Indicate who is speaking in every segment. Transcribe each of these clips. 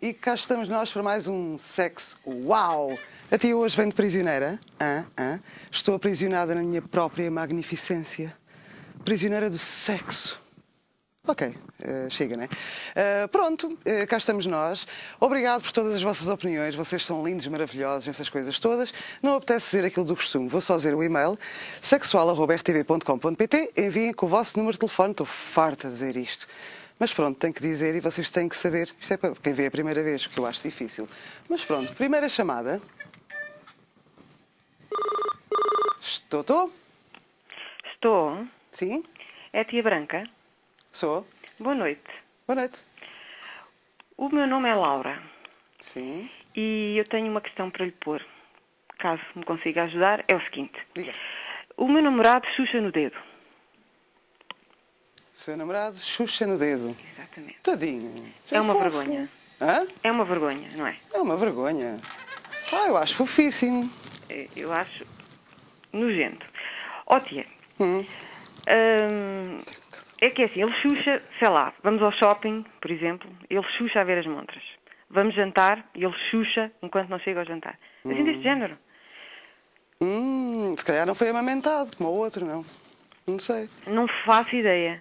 Speaker 1: E cá estamos nós para mais um sexo uau! A tia hoje vem de prisioneira. Hã? Hã? Estou aprisionada na minha própria magnificência. Prisioneira do sexo. Ok, eh, chega, né? Eh, pronto, eh, cá estamos nós. Obrigado por todas as vossas opiniões. Vocês são lindos, maravilhosos, essas coisas todas. Não apetece dizer aquilo do costume. Vou só dizer o e-mail sexual.rtv.com.pt. Enviem com o vosso número de telefone. Estou farta de dizer isto. Mas pronto, tenho que dizer e vocês têm que saber. Isto é para quem vê a primeira vez, o que eu acho difícil. Mas pronto, primeira chamada. Estou, estou?
Speaker 2: Estou.
Speaker 1: Sim?
Speaker 2: É a tia Branca.
Speaker 1: Sou?
Speaker 2: Boa noite.
Speaker 1: Boa noite.
Speaker 2: O meu nome é Laura
Speaker 1: Sim?
Speaker 2: e eu tenho uma questão para lhe pôr. Caso me consiga ajudar, é o seguinte.
Speaker 1: Diga.
Speaker 2: O meu namorado chucha no dedo.
Speaker 1: Seu namorado chucha no dedo.
Speaker 2: Exatamente.
Speaker 1: Tadinho.
Speaker 2: É uma
Speaker 1: Fofo.
Speaker 2: vergonha.
Speaker 1: Hã?
Speaker 2: É uma vergonha, não é?
Speaker 1: É uma vergonha. Ah, eu acho fofíssimo.
Speaker 2: É, Eu acho nojento. Ó tia,
Speaker 1: Hum.
Speaker 2: hum, é que é assim, ele chucha, sei lá, vamos ao shopping, por exemplo, ele chucha a ver as montras. Vamos jantar e ele chucha enquanto não chega ao jantar. Assim deste género.
Speaker 1: Hum, se calhar não foi amamentado, como o outro, não. Não sei.
Speaker 2: Não faço ideia.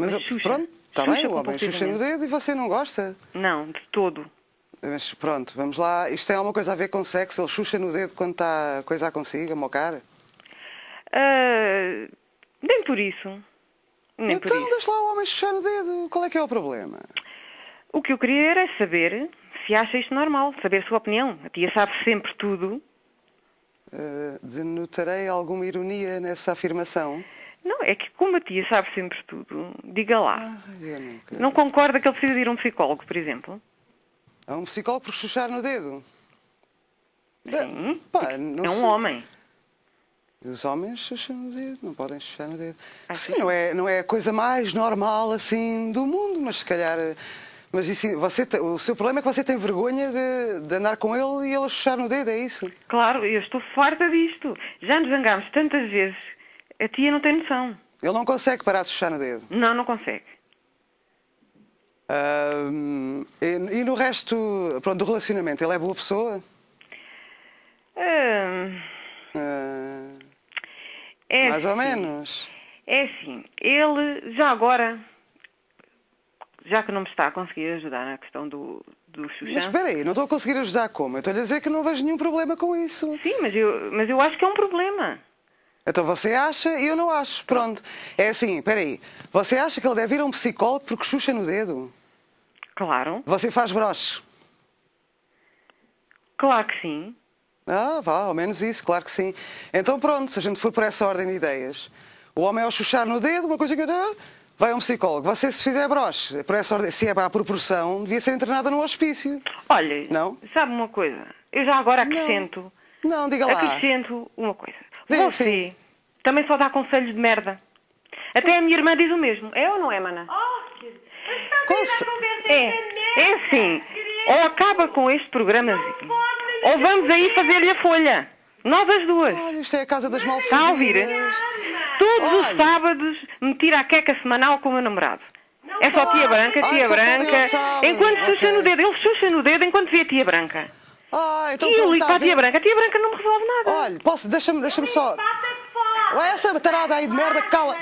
Speaker 1: Mas,
Speaker 2: Mas
Speaker 1: eu-
Speaker 2: chucha.
Speaker 1: pronto, está
Speaker 2: Chucha
Speaker 1: bem, o homem chucha no dedo e você não gosta.
Speaker 2: Não, de todo.
Speaker 1: Mas pronto, vamos lá. Isto tem alguma coisa a ver com sexo? Ele chucha no dedo quando está a coisar consigo, a mocar?
Speaker 2: Ah, nem por isso. Nem por
Speaker 1: Então
Speaker 2: isso.
Speaker 1: deixa lá o homem chuchar no dedo. Qual é que é o problema?
Speaker 2: O que eu queria era saber se acha isto normal, saber a sua opinião. A tia sabe sempre tudo.
Speaker 1: Eh, denotarei alguma ironia nessa afirmação?
Speaker 2: Não, é que como a tia sabe sempre tudo, diga lá.
Speaker 1: Ai, eu nunca.
Speaker 2: Não concorda que ele precisa de ir a um psicólogo, por exemplo?
Speaker 1: É um psicólogo por chuchar no dedo?
Speaker 2: Sim.
Speaker 1: Pá, não
Speaker 2: é um
Speaker 1: sei.
Speaker 2: homem.
Speaker 1: Os homens chucham no dedo, não podem chuchar no dedo.
Speaker 2: Ah,
Speaker 1: Sim, não é, não é a coisa mais normal assim do mundo, mas se calhar. Mas isso, você, te- o seu problema é que você tem vergonha de, de andar com ele e ele a chuchar no dedo, é isso?
Speaker 2: Claro, eu estou farta disto. Já nos zangámos tantas vezes. A tia não tem noção.
Speaker 1: Ele não consegue parar de chuchar no dedo.
Speaker 2: Não, não consegue.
Speaker 1: Ahm, Ah, e, e no resto pronto, do relacionamento, ele é boa pessoa?
Speaker 2: Ah,
Speaker 1: Ah,
Speaker 2: é
Speaker 1: mais ou
Speaker 2: assim.
Speaker 1: menos.
Speaker 2: É assim, ele já agora, já que não me está a conseguir ajudar na questão do, do Xuxã.
Speaker 1: Mas espera aí, não estou a conseguir ajudar como? Eu estou-lhe a dizer que não vejo nenhum problema com isso.
Speaker 2: Sim, mas eu, mas eu acho que é um problema.
Speaker 1: Então você acha e eu não acho. Pronto. É assim, espera aí. Você acha que ele deve ir a um psicólogo porque chucha no dedo?
Speaker 2: Claro,
Speaker 1: Você faz broche?
Speaker 2: claro que sim.
Speaker 1: Ah, vá, ao menos isso, claro que sim. Então pronto, se a gente for por essa ordem de ideias. O homem ao chuchar no dedo, uma coisa que... eu Vai a um psicólogo. Você se fizer broche, por essa ordem, se é para a proporção, devia ser internada no hospício.
Speaker 2: Olha,
Speaker 1: Não?
Speaker 2: sabe uma coisa? Eu já agora acrescento,
Speaker 1: Não,
Speaker 2: É
Speaker 1: diga lá.
Speaker 2: acrescento uma coisa.
Speaker 1: Sim,
Speaker 2: Você também só dá conselhos de merda. Até a minha irmã diz o mesmo. É ou não é, mana?
Speaker 1: Conse-
Speaker 2: É, é assim. Ou acaba com este programazinho, ou vamos aí fazer-lhe a folha. Nós as duas.
Speaker 1: Olha, isto é a casa das malfeitas.
Speaker 2: Está a ouvir? Todos
Speaker 1: Olha.
Speaker 2: os sábados me tira a queca semanal com o meu namorado. É só tia branca,
Speaker 1: Ai,
Speaker 2: tia
Speaker 1: só falei ao
Speaker 2: branca.
Speaker 1: sábado.
Speaker 2: Enquanto
Speaker 1: Ok.
Speaker 2: chucha no dedo, ele chucha no dedo enquanto vê a tia branca.
Speaker 1: Ah, então
Speaker 2: E eu
Speaker 1: pronto,
Speaker 2: ligo
Speaker 1: está
Speaker 2: para
Speaker 1: a
Speaker 2: a tia
Speaker 1: ver.
Speaker 2: branca. A tia branca não me resolve nada.
Speaker 1: Olha, posso, deixa-me deixa só... Olha essa tarada aí de merda que cala...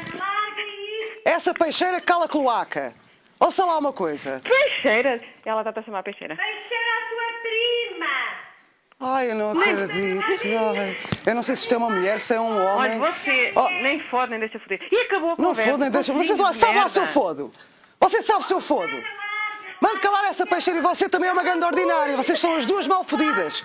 Speaker 1: Essa peixeira cala cloaca. Ouça lá uma coisa.
Speaker 2: Peixeira. Ela está a chamar peixeira.
Speaker 3: Deixar a tua prima!
Speaker 1: Ai, eu não acredito. Ai, eu não sei se isto é uma mulher, se é um
Speaker 2: Olha,
Speaker 1: homem.
Speaker 2: você
Speaker 1: Oh,
Speaker 2: nem fode, nem deixa foder. E acabou a
Speaker 1: não
Speaker 2: conversa.
Speaker 1: fodem, deixa
Speaker 2: Vocês
Speaker 1: Vocês lá,
Speaker 2: de
Speaker 1: sabe lá
Speaker 2: merda.
Speaker 1: seu fodo. Você sabe seu fodo. Mande calar essa peixeira e você também é uma grande ordinária. Vocês são as duas mal fodidas.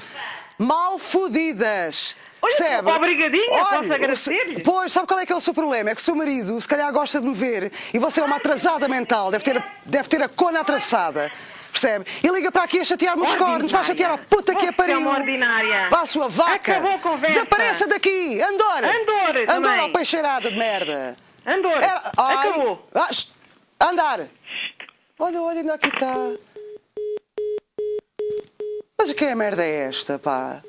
Speaker 1: Mal fodidas.
Speaker 2: Olha,
Speaker 1: Percebe?
Speaker 2: obrigadinha, posso
Speaker 1: Olha, o se-
Speaker 2: agradecer-lhe?
Speaker 1: Pois, sabe qual é que é o seu problema? É que o seu marido, se calhar, gosta de me ver e você é uma atrasada mental, deve ter, deve ter a cona atravessada. Percebe? E liga para aqui a chatear-me os
Speaker 2: Ordinária.
Speaker 1: cornos, vai chatear a puta que
Speaker 2: Você
Speaker 1: a
Speaker 2: é
Speaker 1: pariu.
Speaker 2: uma ordinária.
Speaker 1: Vá, sua vaca.
Speaker 2: Acabou a conversa.
Speaker 1: Desapareça daqui, Andor.
Speaker 2: Andor, também.
Speaker 1: Andor, ó peixeirada de merda.
Speaker 2: Andor,
Speaker 1: Era- Ai.
Speaker 2: acabou.
Speaker 1: Ah, shh. andar. Olha, olha, ainda aqui está. Mas que é a merda é esta, pá?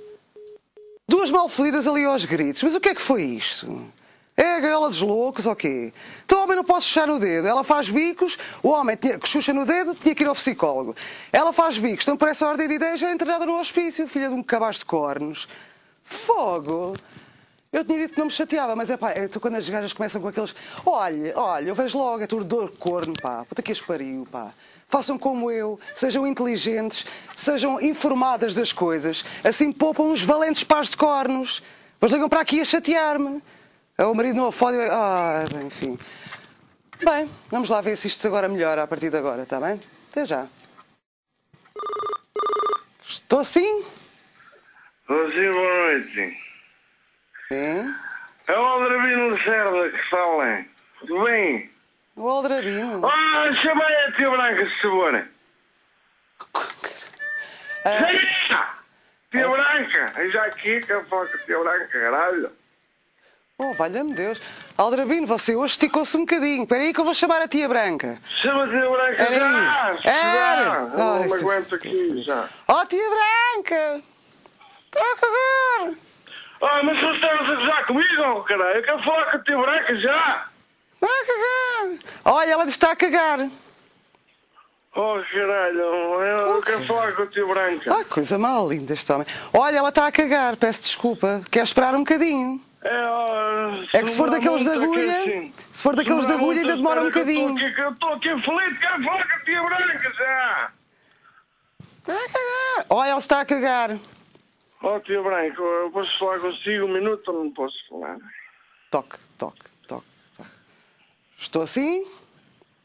Speaker 1: Duas malfelidas ali aos gritos. Mas o que é que foi isto? É a gaiola dos loucos, ok. Então o homem não pode chuchar no dedo. Ela faz bicos, o homem tinha, que chucha no dedo tinha que ir ao psicólogo. Ela faz bicos, então por essa ordem de ideias já é internada no hospício, filha de um cabaz de cornos. Fogo! Eu tinha dito que não me chateava, mas é pá, então quando as gajas começam com aqueles. Olha, olha, eu vejo logo, é tudo dor de corno, pá, puta que as pariu, pá. Façam como eu, sejam inteligentes, sejam informadas das coisas, assim poupam uns valentes pares de cornos. Mas ligam para aqui a chatear-me. É o marido não a fode. Ah, bem, enfim. Bem, vamos lá ver se isto agora melhora a partir de agora, está bem? Até já. Estou assim? sim?
Speaker 4: Bom dia, boa noite.
Speaker 1: Sim.
Speaker 4: É o Aldrabino Lacerda que fala. Tudo bem?
Speaker 1: O Aldrabino.
Speaker 4: Ah, chamei a tia Branca, se favor.
Speaker 1: Ah,
Speaker 4: Chega! Tia Branca! Eu já aqui quero falar com a tia Branca, caralho.
Speaker 1: Oh, valha-me Deus. Aldrabino, você hoje esticou-se um bocadinho. Espera aí que eu vou chamar a tia Branca.
Speaker 4: Chama a tia Branca
Speaker 1: Era
Speaker 4: já!
Speaker 1: aí.
Speaker 4: se
Speaker 1: Era.
Speaker 4: dá. Não
Speaker 1: Ai,
Speaker 4: me
Speaker 1: isto-
Speaker 4: aguento aqui já.
Speaker 1: Oh, tia Branca! Está a cagar!
Speaker 4: Ah, mas vocês estão a gozar comigo, oh, caralho. Eu quero falar com a tia Branca já!
Speaker 1: Está Tá a cagar! Olha, ela diz que está a cagar.
Speaker 4: Oh, caralho, eu quero falar com a tia Branca.
Speaker 1: Ah, coisa mal linda este homem. Olha, ela está a cagar, peço desculpa. Quer esperar um bocadinho?
Speaker 4: É, ó,
Speaker 1: É que se for
Speaker 4: dá
Speaker 1: daqueles de
Speaker 4: multa,
Speaker 1: agulha,
Speaker 4: que assim-
Speaker 1: se for daqueles de
Speaker 4: dá
Speaker 1: agulha,
Speaker 4: multa,
Speaker 1: ainda demora um
Speaker 4: espera que eu tô
Speaker 1: bocadinho.
Speaker 4: aqui- que Eu estou aqui feliz, quero falar com a tia branca já.
Speaker 1: Está Tá a cagar! Olha, ela está a cagar.
Speaker 4: Ó tia branca, eu posso falar consigo um minuto ou não posso falar?
Speaker 1: Toque, toque, toque, toque. Estou assim?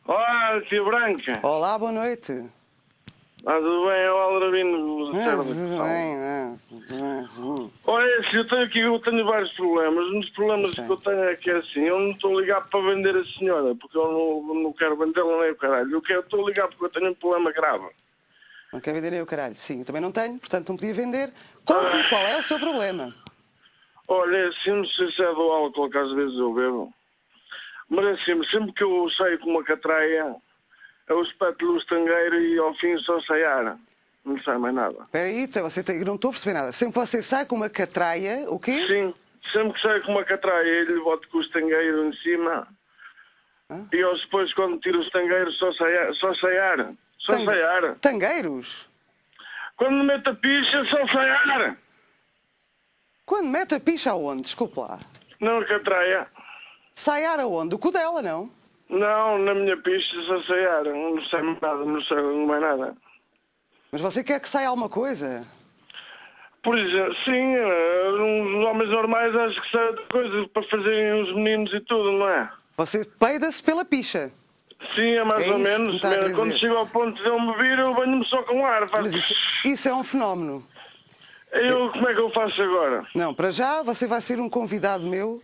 Speaker 4: Olá tia branca,
Speaker 1: Olá, boa noite.
Speaker 4: está tudo bem? Olá Aldrabino
Speaker 1: Ah,
Speaker 4: Lacerda
Speaker 1: tudo
Speaker 4: que fala.
Speaker 1: bem, ah, tudo bem, tudo bem.
Speaker 4: Olha, assim, eu tenho aqui, eu tenho vários problemas. Um dos problemas
Speaker 1: Sim.
Speaker 4: que eu tenho é que é assim, eu não estou ligado para vender a senhora, porque eu não, não quero vendê-la nem o caralho. Eu quero- estou ligado porque eu tenho um problema grave.
Speaker 1: Não quer vender eu, caralho. Sim, eu também não tenho, portanto não podia vender. Conte-me qual é o seu problema.
Speaker 4: Olha, sempre se isso é do álcool que às vezes eu bebo. Mas assim, sempre que eu saio com uma catraia, eu espeto-lhe o estangueiro e ao fim só sai ar. Não sai mais nada.
Speaker 1: Espera aí, então, você tem- eu não estou a perceber nada. Sempre que você sai com uma catraia, o quê?
Speaker 4: Sim, sempre que saio com uma catraia, eu lhe boto com o estangueiro em cima. E eu depois, quando tiro o estangueiro, só sai ar. Só sai ar. Só
Speaker 1: Tang-
Speaker 4: sai ar.
Speaker 1: Tangueiros?
Speaker 4: Quando meto a picha, só sai ar.
Speaker 1: Quando mete a picha aonde? Desculpe lá.
Speaker 4: Não, catraia.
Speaker 1: Sai ar aonde? O cu dela, não?
Speaker 4: Não, na minha picha só sai ar. Não sai mais nada, não sai mais nada.
Speaker 1: Mas você quer que saia alguma coisa?
Speaker 4: Por exemplo, sim, eh, uns homens normais acho que são coisas para fazerem os meninos e tudo, não é?
Speaker 1: Você peida-se pela picha.
Speaker 4: Sim, é mais
Speaker 1: É
Speaker 4: ou
Speaker 1: isso que me
Speaker 4: menos.
Speaker 1: está a
Speaker 4: Mesmo
Speaker 1: dizer.
Speaker 4: Quando chego ao ponto de eu me vir, eu banho-me só com ar. Faço...
Speaker 1: Mas isso, isso é um fenómeno.
Speaker 4: Eu, como é que eu faço agora?
Speaker 1: Não, para já você vai ser um convidado meu.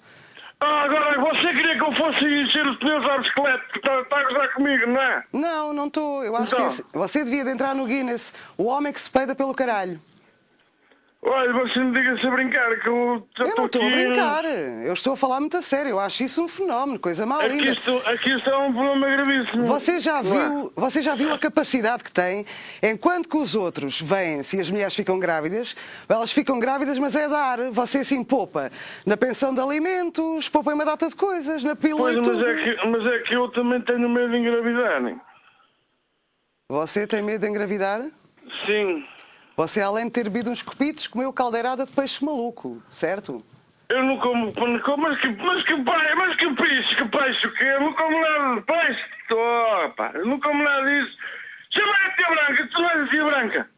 Speaker 4: Ah, agora você queria que eu fosse encher os pneus à bicicleta, que está está a gozar comigo, não é?
Speaker 1: Não, não estou. Eu acho
Speaker 4: Então.
Speaker 1: que esse- você devia de entrar no Guinness. O homem que se peida pelo caralho.
Speaker 4: Olha, você me diga-se a brincar, que eu já
Speaker 1: Eu não estou a
Speaker 4: aqui- hum,
Speaker 1: brincar. Eu estou a falar muito a sério. Eu acho isso um fenómeno, coisa mal
Speaker 4: Aqui
Speaker 1: linda.
Speaker 4: isto, aqui isto é um problema gravíssimo.
Speaker 1: Você já
Speaker 4: não é?
Speaker 1: viu, você já viu a capacidade que tem, enquanto que os outros vêm-se e as mulheres ficam grávidas, elas ficam grávidas, mas é dar. Você assim poupa na pensão de alimentos, poupa em uma data de coisas, na pílula
Speaker 4: Pois,
Speaker 1: e
Speaker 4: mas
Speaker 1: tudo.
Speaker 4: é, que, mas é que eu também tenho medo de engravidar. né?
Speaker 1: Você tem medo de engravidar?
Speaker 4: Sim.
Speaker 1: Você, além de ter bebido uns copitos, comeu caldeirada de peixe maluco, certo?
Speaker 4: Eu não como, não como mas, que, mas que pai, mas que peixe, que peixe o quê? Eu não como nada de peixe. Oh, pá, eu não como nada disso. Chama a tia branca, tu não és a tia branca.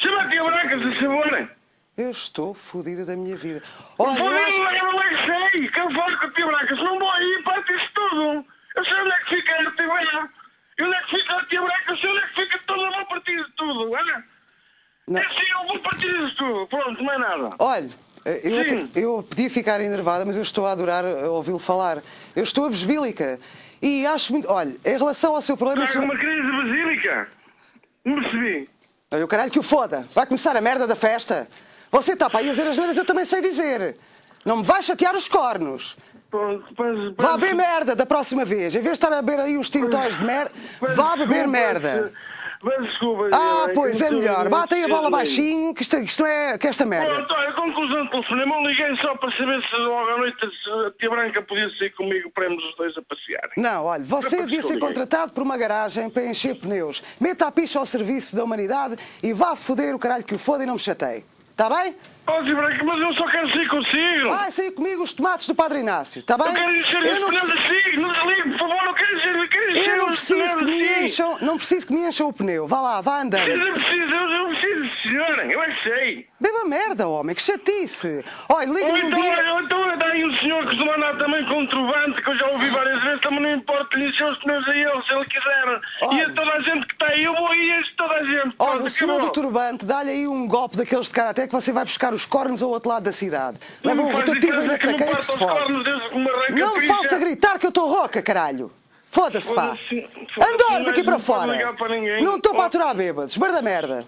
Speaker 4: Chama a tia branca, se sabor.
Speaker 1: Eu estou fodida da minha vida.
Speaker 4: Vou
Speaker 1: Olha,
Speaker 4: ver
Speaker 1: eu acho-
Speaker 4: lá, eu não sei. Quero falar com a tia branca, se não vou aí, parte isso tudo. Eu sei onde é que fica a tia branca. E onde é que fica a tia branca, eu sei onde é que fica tudo, eu vou partir de tudo, olha.
Speaker 1: Não.
Speaker 4: É assim, eu vou partir de tudo. Pronto, não é nada.
Speaker 1: Olha, eu,
Speaker 4: Sim.
Speaker 1: até- eu podia ficar enervada, mas eu estou a adorar eh, ouvi-lo falar. Eu estou abesbílica. E acho muito. Olha, em relação ao seu problema.
Speaker 4: Trago
Speaker 1: isso-
Speaker 4: uma crise basílica. Não percebi.
Speaker 1: Olha, o caralho que o foda. Vai começar a merda da festa. Você está para aí a dizer as neiras, eu também sei dizer. Não me vai chatear os cornos.
Speaker 4: Pronto, pois-
Speaker 1: Vá
Speaker 4: pois-
Speaker 1: beber merda da próxima vez. Em vez de estar a beber aí uns tintóis de merda,
Speaker 4: pois,
Speaker 1: vá beber
Speaker 4: desculpa,
Speaker 1: merda.
Speaker 4: se- Mas desculpa.
Speaker 1: Ah,
Speaker 4: Zé,
Speaker 1: pois,
Speaker 4: que
Speaker 1: é
Speaker 4: não
Speaker 1: melhor.
Speaker 4: sei-
Speaker 1: Batem a bola
Speaker 4: não sei-
Speaker 1: baixinho, que isto, que isto não é. que esta merda.
Speaker 4: Pronto, olha, então, conclusão do telefonema, eu liguei só para saber se logo à noite se a tia Branca podia sair comigo para irmos os dois a passearem.
Speaker 1: Não, olha, você
Speaker 4: Não,
Speaker 1: devia ser
Speaker 4: desculpa.
Speaker 1: contratado por uma garagem para encher pneus. Meta a picha ao serviço da humanidade e vá foder o caralho que o foda e não me chateie. Está bem?
Speaker 4: Ó, tia Branca, mas eu só quero sair consigo.
Speaker 1: Vai sair comigo os tomates do Padre Inácio, está Ah, bem?
Speaker 4: Hum. eu quero encher os
Speaker 1: não
Speaker 4: pneus
Speaker 1: preciso-
Speaker 4: assim, não desligue, por favor, eu quero encher, eu quero encher
Speaker 1: eu não
Speaker 4: os
Speaker 1: preciso que
Speaker 4: pneus
Speaker 1: me
Speaker 4: assim.
Speaker 1: encham, não preciso que me encham o pneu. Vá lá, vá andando.
Speaker 4: Eu não preciso, eu não preciso, senhora, eu é que sei.
Speaker 1: Beba merda, homem, que chatice. Olha,
Speaker 4: Ou
Speaker 1: liga-me um
Speaker 4: então,
Speaker 1: dia.
Speaker 4: ou então anda aí um senhor que costuma andar também com um trovante, que eu já ouvi várias vezes, também não importa, lhe encher os pneus a ele, se ele quiser. E
Speaker 1: Olha.
Speaker 4: a toda a gente que está aí, eu vou aí, enche toda a gente.
Speaker 1: Olha,
Speaker 4: Pronto,
Speaker 1: o senhor do
Speaker 4: acabou.
Speaker 1: turbante, dá-lhe aí um golpe daqueles de karaté que você vai buscar os cornos ao outro lado da cidade.
Speaker 4: Não
Speaker 1: Leva
Speaker 4: me
Speaker 1: um
Speaker 4: faz
Speaker 1: rotativo aí
Speaker 4: diferença
Speaker 1: na
Speaker 4: que me
Speaker 1: traqueia que
Speaker 4: parta
Speaker 1: se
Speaker 4: os
Speaker 1: fode.
Speaker 4: cornos desde que me arranca a
Speaker 1: Não me
Speaker 4: picha.
Speaker 1: faça gritar que eu estou rouca, caralho. Foda-se, pá.
Speaker 4: Foda-se, foda-se,
Speaker 1: Andor
Speaker 4: mas
Speaker 1: daqui
Speaker 4: não
Speaker 1: para
Speaker 4: vou
Speaker 1: fora.
Speaker 4: ligar para ninguém.
Speaker 1: Não estou para
Speaker 4: Oh.
Speaker 1: aturar bêbados. Merda, merda.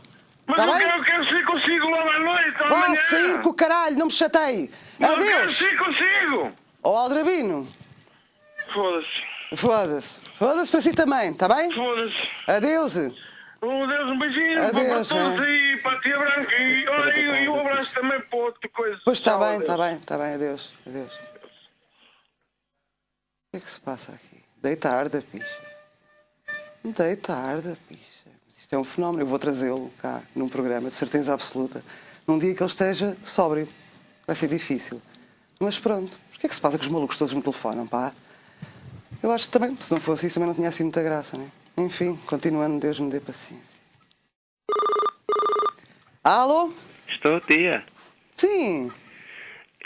Speaker 4: Mas
Speaker 1: Está
Speaker 4: eu,
Speaker 1: tá bem?
Speaker 4: quero, eu quero sair consigo logo à noite, ou
Speaker 1: Vá
Speaker 4: amanhã.
Speaker 1: sair com o caralho, não me chatei.
Speaker 4: Mas Eu quero
Speaker 1: Adeus.
Speaker 4: sair consigo.
Speaker 1: Ó Aldrabino.
Speaker 4: Foda-se,
Speaker 1: Foda-se. Foda-se para si também, está bem?
Speaker 4: foda-se.
Speaker 1: Adeus.
Speaker 4: Um Deus, um beijinho
Speaker 1: Adeus,
Speaker 4: para todos
Speaker 1: é.
Speaker 4: aí, para a tia Branca e, olha, e, e um abraço também para outro coisa.
Speaker 1: Pois está
Speaker 4: Tchau,
Speaker 1: bem, tá
Speaker 4: adeus.
Speaker 1: está bem, está bem. Adeus. Adeus. O que é que se passa aqui? Deita arda, picha. Deita arda, picha. Mas Isto é um fenómeno. Eu vou trazê-lo cá num programa de certeza absoluta. Num dia que ele esteja sóbrio. Vai ser difícil. Mas pronto. O que é que se passa que os malucos todos me telefonam, pá? Eu acho que também, se não fosse isso, também não tinha assim muita graça, né? Enfim, continuando, Deus me dê paciência. Alô?
Speaker 5: Estou, tia.
Speaker 1: Sim.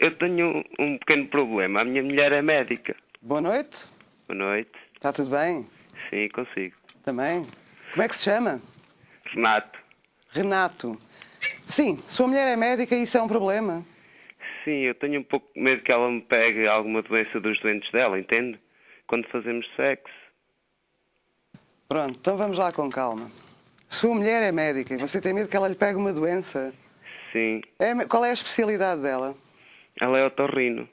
Speaker 5: Eu tenho um pequeno problema. A minha mulher é médica.
Speaker 1: Boa noite.
Speaker 5: Boa noite.
Speaker 1: Está Tá tudo bem?
Speaker 5: Sim, consigo.
Speaker 1: Também. Como é que se chama?
Speaker 5: Renato.
Speaker 1: Renato. Sim, sua mulher é médica e isso é um problema.
Speaker 5: Sim, eu tenho um pouco de medo que ela me pegue alguma doença dos doentes dela, entende? Quando fazemos sexo.
Speaker 1: Pronto, então vamos lá com calma. Sua mulher é médica e você tem medo que ela lhe pegue uma doença.
Speaker 5: Sim.
Speaker 1: É me- qual é a especialidade dela?
Speaker 5: Ela é otorrino.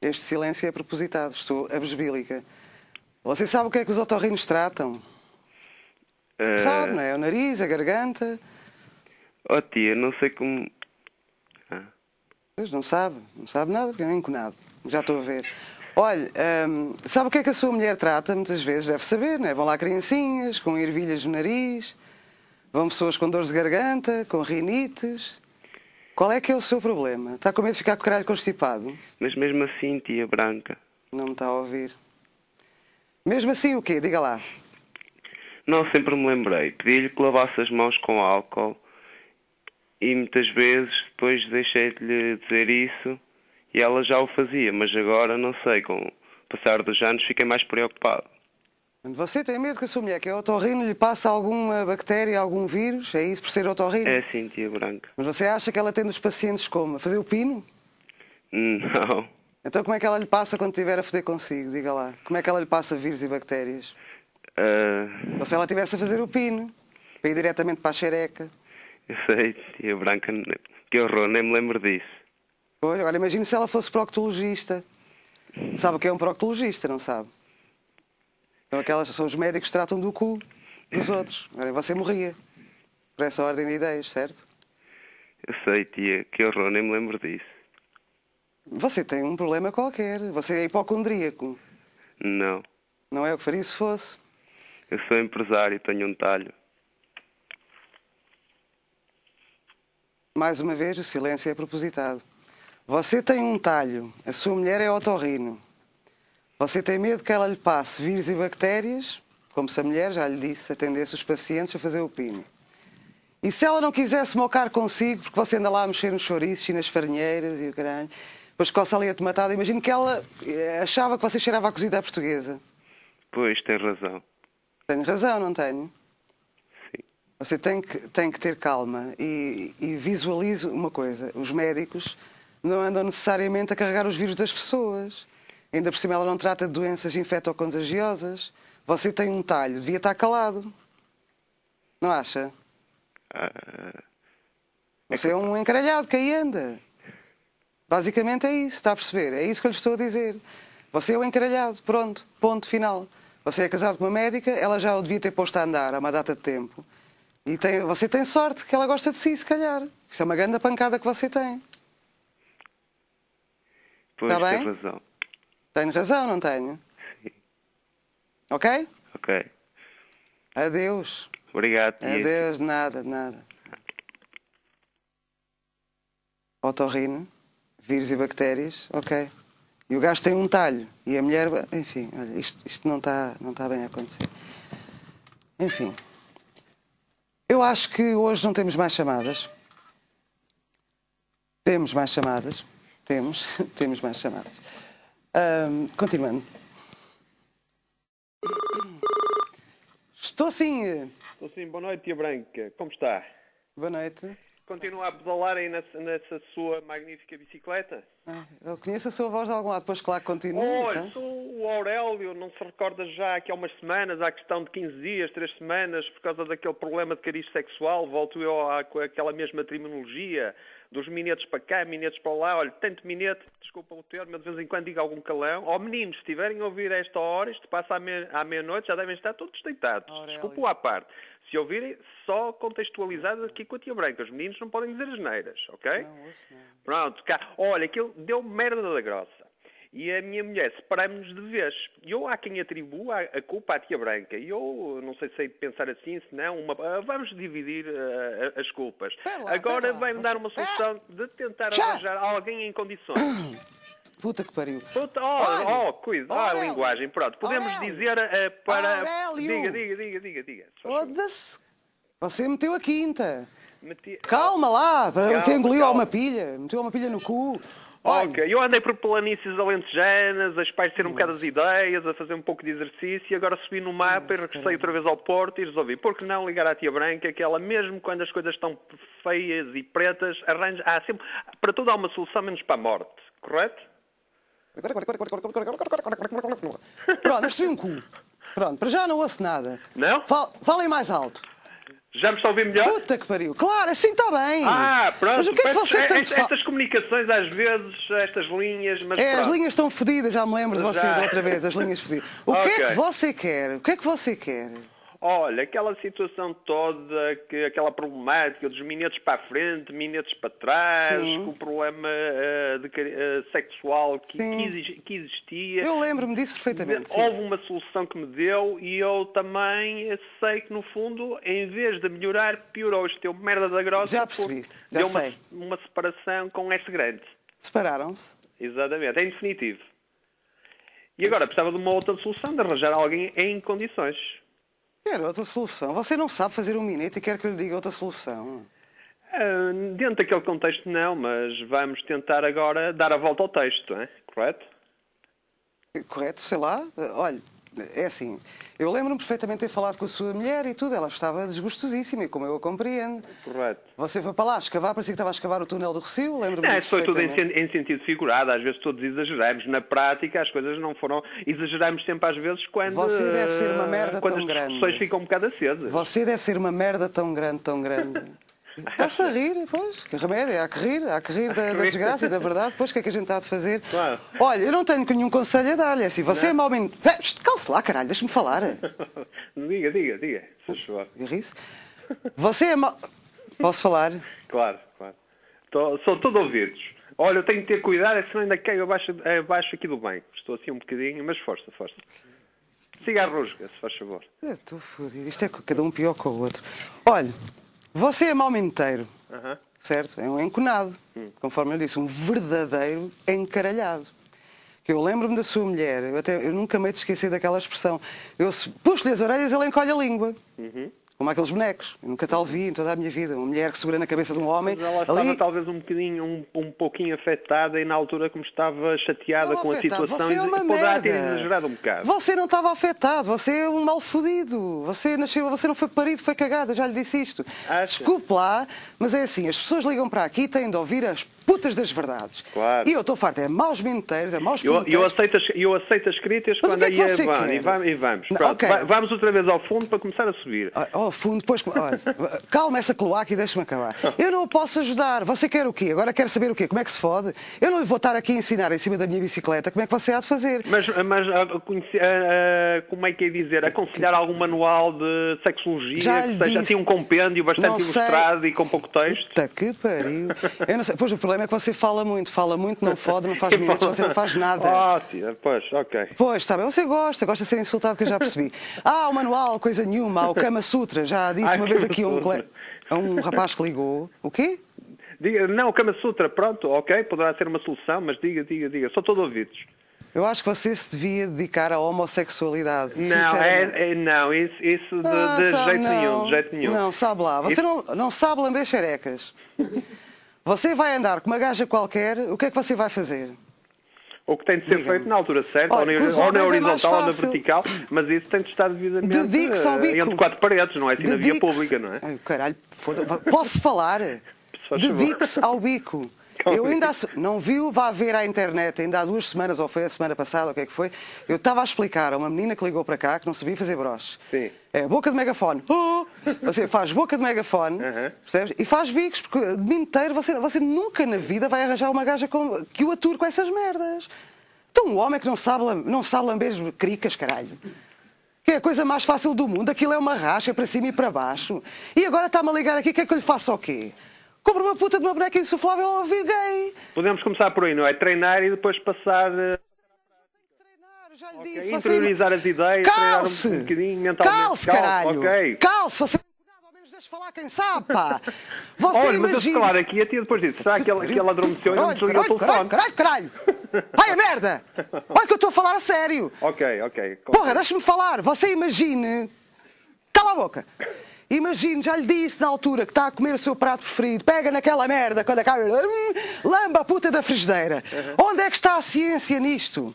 Speaker 1: Este silêncio é propositado, estou abesbílica. Você sabe o que é que os otorrinos tratam?
Speaker 5: Ah,
Speaker 1: Sabe, não é? O nariz, a garganta.
Speaker 5: Oh, tia, não sei como... Ah,
Speaker 1: Pois, não sabe, não sabe nada, porque é um enconado. Já estou a ver. Olha, hum, sabe o que é que a sua mulher trata? Muitas vezes deve saber, não é? Vão lá criancinhas com ervilhas no nariz, vão pessoas com dores de garganta, com rinites. Qual é que é o seu problema? Está com medo de ficar com o caralho constipado?
Speaker 5: mas mesmo assim, tia Branca.
Speaker 1: Não me está a ouvir. Mesmo assim, o quê? Diga lá.
Speaker 5: Não, sempre me lembrei. Pedi-lhe que lavasse as mãos com álcool e muitas vezes depois deixei-lhe dizer isso e ela já o fazia, mas agora não sei, com o passar dos anos fiquei mais preocupado.
Speaker 1: Quando Você tem medo que a sua mulher, que é otorrino, lhe passe alguma bactéria, algum vírus? É isso por ser otorrino?
Speaker 5: É assim, tia Branca.
Speaker 1: Mas você acha que ela tem dos pacientes como? A fazer o pino?
Speaker 5: Não.
Speaker 1: Então como é que ela lhe passa quando estiver a foder consigo? Diga lá. Como é que ela lhe passa vírus e bactérias?
Speaker 5: Ah,
Speaker 1: Ou se ela estivesse a fazer o pino, para ir diretamente para a xereca.
Speaker 5: eu sei, tia Branca, ne- que horror, nem me lembro disso.
Speaker 1: Pois, agora imagine se ela fosse proctologista. Sabe o que é um proctologista, não sabe? São aquelas, são os médicos que tratam do cu dos outros. Agora você morria. Por essa ordem de ideias, certo?
Speaker 5: Eu sei, tia, que horror, nem me lembro disso.
Speaker 1: Você tem um problema qualquer. Você é hipocondríaco.
Speaker 5: Não.
Speaker 1: Não é o que faria se fosse.
Speaker 5: Eu sou empresário, tenho um talho.
Speaker 1: Mais uma vez, o silêncio é propositado. Você tem um talho, a sua mulher é otorrino. Você tem medo que ela lhe passe vírus e bactérias, como se a mulher, já lhe disse, atendesse os pacientes a fazer o pino. E se ela não quisesse mocar consigo, porque você anda lá a mexer nos chouriços e nas farinheiras e o caralho, depois coça ali a tomatada, imagino que ela eh, achava que você cheirava a cozida à portuguesa.
Speaker 5: Pois, tem razão.
Speaker 1: Tenho razão, não tenho?
Speaker 5: Sim.
Speaker 1: Você tem que, tem que ter calma e, e visualize uma coisa. Os médicos não andam necessariamente a carregar os vírus das pessoas. Ainda por cima ela não trata de doenças infectocontagiosas. Você tem um talho, devia estar calado. Não acha?
Speaker 5: Ah,
Speaker 1: Você é um encaralhado que aí anda. Basicamente é isso, está a perceber? É isso que eu lhe estou a dizer. Você é um encaralhado, pronto, ponto final. Você é casado com uma médica, ela já o devia ter posto a andar há uma data de tempo. E tem- você tem sorte que ela gosta de si, se calhar. Isso é uma grande pancada que você tem.
Speaker 5: Pois
Speaker 1: Tá
Speaker 5: tem
Speaker 1: bem?
Speaker 5: razão.
Speaker 1: Tenho razão, não tenho?
Speaker 5: Sim.
Speaker 1: Ok?
Speaker 5: Ok.
Speaker 1: Adeus.
Speaker 5: Obrigado, Tieta.
Speaker 1: Adeus, de nada, de nada. Otorrino, vírus e bactérias, ok. E o gajo tem um talho. E a mulher, enfim, olha, isto, isto não está não tá bem a acontecer. Enfim. Eu acho que hoje não temos mais chamadas. Temos mais chamadas. Temos, temos mais chamadas. Ahm, continuando. Estou sim. eh.
Speaker 6: Estou sim, boa noite, Tia Branca. Como está?
Speaker 1: Boa noite.
Speaker 6: Continua a pedalar aí nessa, nessa sua magnífica bicicleta?
Speaker 1: Ah, Eu conheço a sua voz de algum lado, depois claro que continua.
Speaker 6: Olha,
Speaker 1: então.
Speaker 6: sou o Aurélio, não se recorda já que há umas semanas, há questão de 15 dias, 3 semanas, por causa daquele problema de cariz sexual, volto eu à- com aquela mesma terminologia, dos minetes para cá, minetes para lá, olha, tanto minete, desculpa o termo, eu de vez em quando digo algum calão. Ó meninos, se estiverem a ouvir a esta hora, isto passa à, me- à meia-noite, já devem estar todos deitados.
Speaker 1: Aurélio.
Speaker 6: Desculpa o à parte. Se ouvirem, só contextualizados aqui com a tia branca. Os meninos não podem dizer as neiras, ok?
Speaker 1: Não, ouço, não.
Speaker 6: Pronto, cá. Olha, aquilo deu merda da grossa. E a minha mulher separámos-nos de vez. E eu há quem atribua a- a culpa à tia Branca. E eu não sei se hei de pensar assim, se não, uma... ah, vamos dividir ah, ah, as culpas.
Speaker 1: Pera lá, pera
Speaker 6: Agora
Speaker 1: lá,
Speaker 6: vai-me dar
Speaker 1: você- Ah!
Speaker 6: uma solução de tentar
Speaker 1: Já!
Speaker 6: arranjar alguém em condições.
Speaker 1: Puta que pariu.
Speaker 6: Puta,
Speaker 1: Ah! Olha,
Speaker 6: oh, oh, cuidado, ah,
Speaker 1: Aurélio,
Speaker 6: linguagem, pronto. Podemos
Speaker 1: Aurélio,
Speaker 6: dizer ah, para...
Speaker 1: Aurélio!
Speaker 6: Diga, diga, diga, diga, diga. se faz favor.
Speaker 1: Foda-se. Você meteu a quinta.
Speaker 6: Meti-
Speaker 1: Calma lá, para
Speaker 6: Calma,
Speaker 1: que engoliu
Speaker 6: calma.
Speaker 1: uma pilha. Meteu uma pilha no cu. Olha,
Speaker 6: Ok, eu andei por planícies alentejanas, a espairecer um bocado as ideias, a fazer um pouco de exercício e agora subi no mapa e regressei outra vez ao Porto e resolvi, por que não ligar à tia Branca que ela mesmo quando as coisas estão feias e pretas, arranja, há sempre, para tudo há uma solução menos para a morte, correto?
Speaker 1: Pronto, eu percebi um cu. Pronto, para já não ouço nada.
Speaker 6: Não?
Speaker 1: Fal- falem mais alto.
Speaker 6: Já me está a ouvir melhor?
Speaker 1: Puta que pariu. Claro, assim está bem.
Speaker 6: Ah, pronto,
Speaker 1: Mas o que é que
Speaker 6: peço-
Speaker 1: você tanto
Speaker 6: est-
Speaker 1: fala?
Speaker 6: estas comunicações às vezes, estas linhas, mas
Speaker 1: É, as
Speaker 6: pronto.
Speaker 1: linhas estão fedidas, já me lembro de você
Speaker 6: Já.
Speaker 1: da outra vez, as linhas fedidas. O que é
Speaker 6: Ok.
Speaker 1: que você quer? O que é que você quer?
Speaker 6: Olha, aquela situação toda, que, aquela problemática dos minetes para a frente, minetes para trás,
Speaker 1: Sim.
Speaker 6: com o problema eh, de cari- eh, sexual que,
Speaker 1: Sim.
Speaker 6: que exi- que existia.
Speaker 1: Eu lembro-me disso perfeitamente. sim.
Speaker 6: Houve uma solução que me deu e eu também sei que, no fundo, em vez de melhorar, piorou. Isto deu merda da grossa.
Speaker 1: Já
Speaker 6: porque
Speaker 1: percebi, já
Speaker 6: deu uma-
Speaker 1: sei.
Speaker 6: Uma, separação com S grande.
Speaker 1: Separaram-se.
Speaker 6: Exatamente, em definitivo. E agora precisava de uma outra solução, de arranjar alguém em condições.
Speaker 1: Quer outra solução. Você não sabe fazer um minuto e quer que eu lhe diga outra solução.
Speaker 6: Ah, Dentro daquele contexto não, mas vamos tentar agora dar a volta ao texto, hein? correto?
Speaker 1: Correto, sei lá. Olha, é assim. Eu lembro-me perfeitamente de ter falado com a sua mulher e tudo. Ela estava desgostosíssima, e como eu a compreendo.
Speaker 6: Correto.
Speaker 1: Você foi para lá escavar, parecia que estava a escavar o túnel do Recio. Lembro-me
Speaker 6: Não,
Speaker 1: disso
Speaker 6: isso É, foi tudo em,
Speaker 1: perfeitamente.
Speaker 6: sen- em sentido figurado, às vezes todos exageramos. Na prática as coisas não foram. Exageramos sempre às vezes quando,
Speaker 1: Você deve ser uma
Speaker 6: ah,
Speaker 1: merda
Speaker 6: quando
Speaker 1: tão
Speaker 6: as discussões
Speaker 1: grande.
Speaker 6: ficam um bocado acesas.
Speaker 1: Você deve ser uma merda tão grande, tão grande. Está-se a rir, pois. Que remédio, há que rir, há que rir da, da desgraça e da verdade. Pois, o que é que a gente está a fazer?
Speaker 6: Claro.
Speaker 1: Olha, eu não tenho nenhum conselho a dar-lhe. É Assim, você é mau menino. Eh, pst, Calce lá, caralho, deixa-me falar.
Speaker 6: diga, diga, diga. se faz favor.
Speaker 1: Eu ri-se. Você é mau... Posso falar?
Speaker 6: Claro, claro. Tô- sou todo ouvidos. Olha, eu tenho que ter cuidado, é, senão ainda caio abaixo, abaixo aqui do bem. Estou assim um bocadinho, mas força, força. Siga a rusga, se faz favor.
Speaker 1: Eu estou fodido. Isto é co- cada um pior que o outro. Olha, você é mau menteiro.
Speaker 6: Aham. Hum.
Speaker 1: Certo? É um enconado. Conforme eu disse, um verdadeiro encaralhado. Que eu lembro-me da sua mulher. Eu, até, eu nunca me hei de esquecer daquela expressão. Eu se- puxo-lhe as orelhas, ele encolhe a língua.
Speaker 6: Uhum.
Speaker 1: Como aqueles bonecos. Eu nunca tal vi em toda a minha vida. Uma mulher que segura na cabeça de um homem.
Speaker 6: Mas ela estava
Speaker 1: ali...
Speaker 6: talvez um bocadinho, um, um pouquinho afetada e na altura como estava chateada
Speaker 1: Estava
Speaker 6: com a
Speaker 1: afetado.
Speaker 6: situação
Speaker 1: Você é uma
Speaker 6: e poderá ter
Speaker 1: merda.
Speaker 6: exagerado um bocado.
Speaker 1: Você não estava afetado, você é um mal fodido. Você nasceu, você não foi parido, foi cagada, já lhe disse isto.
Speaker 6: Acha?
Speaker 1: Desculpe lá, mas é assim, as pessoas ligam para aqui e têm de ouvir as putas das verdades.
Speaker 6: Claro.
Speaker 1: E eu estou farto, é maus menteiros, é maus
Speaker 6: Eu, eu,
Speaker 1: punteiros.
Speaker 6: aceito as, eu aceito as críticas
Speaker 1: Mas o
Speaker 6: quando
Speaker 1: que é que
Speaker 6: aí
Speaker 1: você
Speaker 6: é van,
Speaker 1: quer?
Speaker 6: e, vamos, e vamos.
Speaker 1: Não,
Speaker 6: Pronto,
Speaker 1: ok.
Speaker 6: va- vamos outra vez ao fundo para começar a subir.
Speaker 1: Ah, oh, fundo, depois. Olha, calma essa cloaca e deixa-me acabar. Eu não o posso ajudar. Você quer o quê? Agora quer saber o quê? Como é que se fode? Eu não lhe vou estar aqui a ensinar em cima da minha bicicleta como é que você há de fazer.
Speaker 6: Mas, mas ah, conhece- ah, ah, como é que é dizer? Aconselhar algum manual de sexologia
Speaker 1: Já
Speaker 6: que
Speaker 1: lhe
Speaker 6: seja
Speaker 1: disse.
Speaker 6: assim um compêndio bastante
Speaker 1: Não sei.
Speaker 6: ilustrado e com pouco texto?
Speaker 1: Puta que pariu. Eu não sei. Pois o problema é que você fala muito, fala muito, não fode, não faz minutos, você não faz nada.
Speaker 6: Ah. Ótimo, Oh, pois, ok.
Speaker 1: Pois, está bem, você gosta, gosta de ser insultado, que eu já percebi. Ah, o manual, coisa nenhuma, há o Kama Sutra, já disse
Speaker 6: Ah,
Speaker 1: uma vez
Speaker 6: Kama
Speaker 1: aqui a um,
Speaker 6: Sutra.
Speaker 1: cole- a um rapaz que ligou. O quê?
Speaker 6: Diga, não, o Kama Sutra, pronto, ok, poderá ser uma solução, mas diga, diga, diga, só todo ouvidos.
Speaker 1: Eu acho que você se devia dedicar à homossexualidade.
Speaker 6: Não,
Speaker 1: sinceramente.
Speaker 6: é, é- não, isso, isso de,
Speaker 1: Ah,
Speaker 6: de
Speaker 1: sabe,
Speaker 6: jeito
Speaker 1: não.
Speaker 6: nenhum, de jeito nenhum.
Speaker 1: Não, sabe lá. Você
Speaker 6: Isso-
Speaker 1: não, não sabe lamber xerecas. Você vai andar com uma gaja qualquer, o que é que você vai fazer?
Speaker 6: O que tem de ser
Speaker 1: Diga-me.
Speaker 6: feito na altura certa,
Speaker 1: Olha,
Speaker 6: ou na,
Speaker 1: com os
Speaker 6: ou na
Speaker 1: homens é mais
Speaker 6: horizontal ou na
Speaker 1: fácil.
Speaker 6: vertical, mas isso tem de estar devidamente
Speaker 1: Dedique-se ao
Speaker 6: eh,
Speaker 1: bico.
Speaker 6: entre quatro paredes, não é assim na via
Speaker 1: Dedique-se-
Speaker 6: pública, não é?
Speaker 1: Ai, caralho, foda- posso falar?
Speaker 6: favor.
Speaker 1: Dedique-se ao bico.
Speaker 6: Ao
Speaker 1: Eu ainda
Speaker 6: bico.
Speaker 1: há se- não viu, vá ver à internet, ainda há duas semanas, ou foi a semana passada, o que é que foi, eu estava a explicar a uma menina que ligou para cá que não sabia fazer broche.
Speaker 6: Sim.
Speaker 1: É boca de megafone. Oh! Você faz boca de megafone,
Speaker 6: Aham.
Speaker 1: percebes? E faz bicos, porque de mim inteiro você, você nunca na vida vai arranjar uma gaja com- que o ature com essas merdas. Então um homem que não sabe, lam- não sabe lamber cricas, caralho. Que é a coisa mais fácil do mundo. Aquilo é uma racha para cima e para baixo. E agora está-me a ligar aqui, quer que eu lhe faça o quê? Compre uma puta de uma boneca insuflável ao ouvir gay.
Speaker 6: Podemos começar por aí, não é? Treinar e depois passar, eh,
Speaker 1: Treinar, já lhe
Speaker 6: Ok,
Speaker 1: disse.
Speaker 6: interiorizar as ideias, treinar um
Speaker 1: Calce!
Speaker 6: bocadinho mentalmente.
Speaker 1: Calce,
Speaker 6: Calce,
Speaker 1: caralho!
Speaker 6: ok.
Speaker 1: Calce, você cuidado, ao menos deixe falar quem sabe, pá! Você
Speaker 6: olha, mas eu se
Speaker 1: imagina...
Speaker 6: calar aqui, a tia depois disse, será que ela, que ela adormeceu e não me
Speaker 1: Caralho,
Speaker 6: desligou o
Speaker 1: caralho,
Speaker 6: telefone?
Speaker 1: caralho, caralho, caralho! Vai a merda! Olha que eu estou a falar a sério!
Speaker 6: Ok, ok.
Speaker 1: Porra, deixa-me falar. Você imagine. Cala a boca. Imagine, já lhe disse na altura que está a comer o seu prato preferido, pega naquela merda quando acaba, hum, lamba a puta da frigideira.
Speaker 6: Uhum.
Speaker 1: Onde é que está a ciência nisto?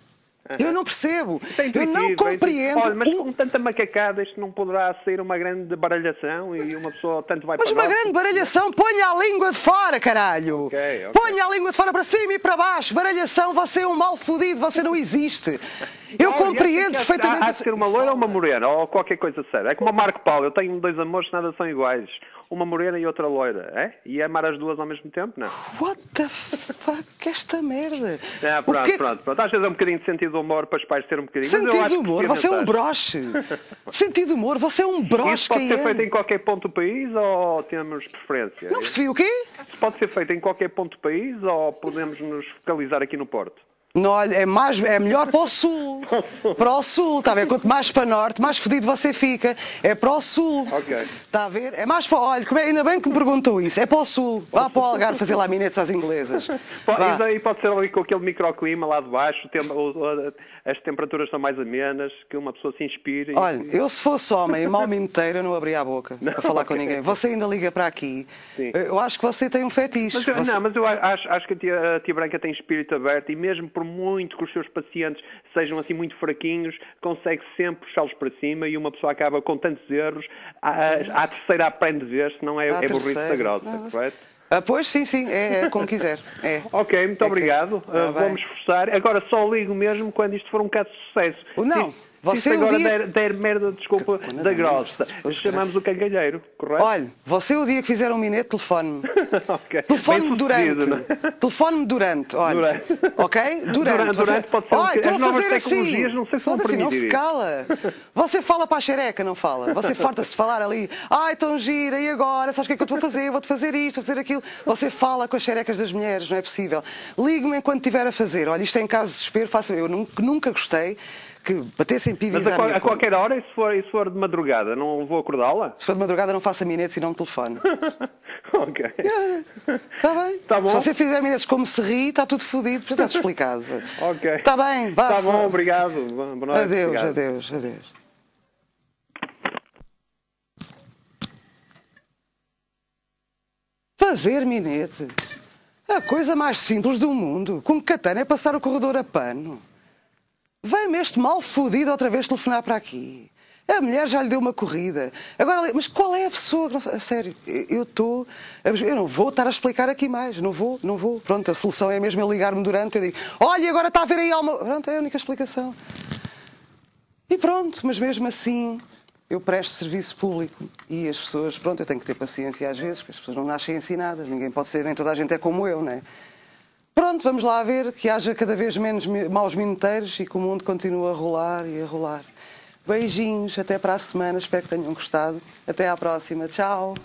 Speaker 1: Eu não percebo.
Speaker 6: Tem
Speaker 1: Eu não
Speaker 6: intuitivo, é intuitivo.
Speaker 1: compreendo.
Speaker 6: Olha, mas
Speaker 1: o-
Speaker 6: com tanta macacada isto não poderá sair uma grande baralhação e uma pessoa tanto vai
Speaker 1: Mas
Speaker 6: para
Speaker 1: uma
Speaker 6: nós.
Speaker 1: grande baralhação, ponha a língua de fora, caralho!
Speaker 6: Ok, ok.
Speaker 1: Ponha a língua de fora para cima e para baixo! Baralhação, você é um mal fodido, você não existe! Eu
Speaker 6: Não,
Speaker 1: compreendo
Speaker 6: há-
Speaker 1: perfeitamente.
Speaker 6: é Há, há de ser uma loira ou uma morena, ou qualquer coisa séria. É como o Marco Paulo, eu tenho dois amores que nada são iguais. Uma morena e outra loira, é? E amar as duas ao mesmo tempo, não?
Speaker 1: What the fuck, esta merda?
Speaker 6: Ah,
Speaker 1: O
Speaker 6: pronto,
Speaker 1: que é que-
Speaker 6: pronto, pronto. Às vezes é um bocadinho de sentido de humor para espairecer um bocadinho. mas eu
Speaker 1: Sentido
Speaker 6: acho
Speaker 1: de
Speaker 6: que
Speaker 1: humor,
Speaker 6: precisa
Speaker 1: você é um
Speaker 6: estar.
Speaker 1: broche. Sentido de humor, você é um broche,
Speaker 6: Isso pode
Speaker 1: quem
Speaker 6: ser feito
Speaker 1: é?
Speaker 6: em qualquer ponto do país ou temos preferência?
Speaker 1: Não percebi o quê?
Speaker 6: Isso pode ser feito em qualquer ponto do país ou podemos nos focalizar aqui no Porto?
Speaker 1: Não, olha, é, mais, é melhor para o sul. Para o sul, está a ver? Quanto mais para o norte, mais fodido você fica. É para o sul.
Speaker 6: Ok.
Speaker 1: Está a ver? É mais para. Olha, como é- ainda bem que me perguntou isso. É para o sul. Vá para o Algarve fazer lá minetes às inglesas.
Speaker 6: Pode,
Speaker 1: Vá.
Speaker 6: isso aí pode ser ali com aquele microclima lá de baixo, o tem- o- o- as temperaturas são mais amenas, que uma pessoa se inspire. e-
Speaker 1: Olha, eu se fosse homem e mal me inteiro, eu não abria a boca para falar com
Speaker 6: ok.
Speaker 1: ninguém. Você ainda liga para aqui.
Speaker 6: Sim.
Speaker 1: Eu acho que você tem um fetiche.
Speaker 6: Mas eu,
Speaker 1: Você-
Speaker 6: Não, mas eu a- acho, acho que a tia, a tia Branca tem espírito aberto e mesmo por muito que os seus pacientes sejam assim muito fraquinhos, consegue sempre puxá-los para cima e uma pessoa acaba com tantos erros, à, à- à terceira aprende a ver, senão é,
Speaker 1: À
Speaker 6: é burrice
Speaker 1: tá terceira.
Speaker 6: da grossa,
Speaker 1: Ah,
Speaker 6: correto?
Speaker 1: Ah, pois, sim, sim, é, é como quiser. É.
Speaker 6: Ok, muito
Speaker 1: É que-
Speaker 6: obrigado.
Speaker 1: Ah,
Speaker 6: Uh,
Speaker 1: bem.
Speaker 6: vamos forçar. Agora só ligo mesmo quando isto for um caso de sucesso.
Speaker 1: Oh, não.
Speaker 6: Se isto-
Speaker 1: Você
Speaker 6: se isto
Speaker 1: um
Speaker 6: agora
Speaker 1: dia-
Speaker 6: der, der merda, desculpa,
Speaker 1: Quando
Speaker 6: da
Speaker 1: der
Speaker 6: grossa.
Speaker 1: merda, se fosse
Speaker 6: Chamamos o cangalheiro, correto?
Speaker 1: Olha, você o dia que fizer um minete, telefone-me.
Speaker 6: Ok.
Speaker 1: Telefone-me
Speaker 6: Bem
Speaker 1: durante.
Speaker 6: sucedido, não é?
Speaker 1: Telefone-me durante, olha.
Speaker 6: Durante.
Speaker 1: Ok? Durante.
Speaker 6: Durante, durante pode ser um
Speaker 1: Olha,
Speaker 6: bocadinho-
Speaker 1: estou a
Speaker 6: as novas
Speaker 1: fazer assim.
Speaker 6: tecnologias não sei se vão
Speaker 1: Foda-se, não se
Speaker 6: permitir
Speaker 1: cala. Você fala para a xereca, não fala. Você farta-se de falar ali. Ai, tão gira, e agora? Sabes o que é que eu te vou fazer? Vou-te fazer isto, vou fazer aquilo. Você fala com as xerecas das mulheres, não é possível. Ligue-me enquanto tiver a fazer. Olha, isto é em caso de desespero, faça Eu nunca, nunca gostei que batessem pibis
Speaker 6: Mas a,
Speaker 1: à
Speaker 6: qual-
Speaker 1: minha
Speaker 6: a
Speaker 1: conta.
Speaker 6: qualquer hora, e se for, e se for de madrugada, não vou acordá-la?
Speaker 1: Se for de madrugada, não faça minetes e não me telefone.
Speaker 6: ok.
Speaker 1: Está bem?
Speaker 6: Tá bom.
Speaker 1: Se você fizer minetes como se ri, está tudo fodido, portanto está explicado.
Speaker 6: Ok.
Speaker 1: Está bem, vá.
Speaker 6: Está
Speaker 1: se-
Speaker 6: bom, obrigado. Boa boa noite.
Speaker 1: Adeus,
Speaker 6: obrigado.
Speaker 1: adeus, adeus. Fazer minete. A coisa mais simples do mundo. Com catana é passar o corredor a pano. Vem-me este mal fodido outra vez telefonar para aqui. A mulher já lhe deu uma corrida. Agora, ali- mas qual é a pessoa que não... A sério, eu eu estou... Eu não vou estar a explicar aqui mais. Não vou, não vou. Pronto, a solução é mesmo eu ligar-me durante. Eu digo, olha, e agora está a ver aí alguma... Pronto, é a única explicação. E pronto, mas mesmo assim eu presto serviço público e as pessoas, pronto, eu tenho que ter paciência às vezes, porque as pessoas não nascem ensinadas, ninguém pode ser, nem toda a gente é como eu, não é? Pronto, vamos lá ver que haja cada vez menos mi- maus minuteiros e que o mundo continue a rolar e a rolar. Beijinhos, até para a semana, espero que tenham gostado. Até à próxima, tchau!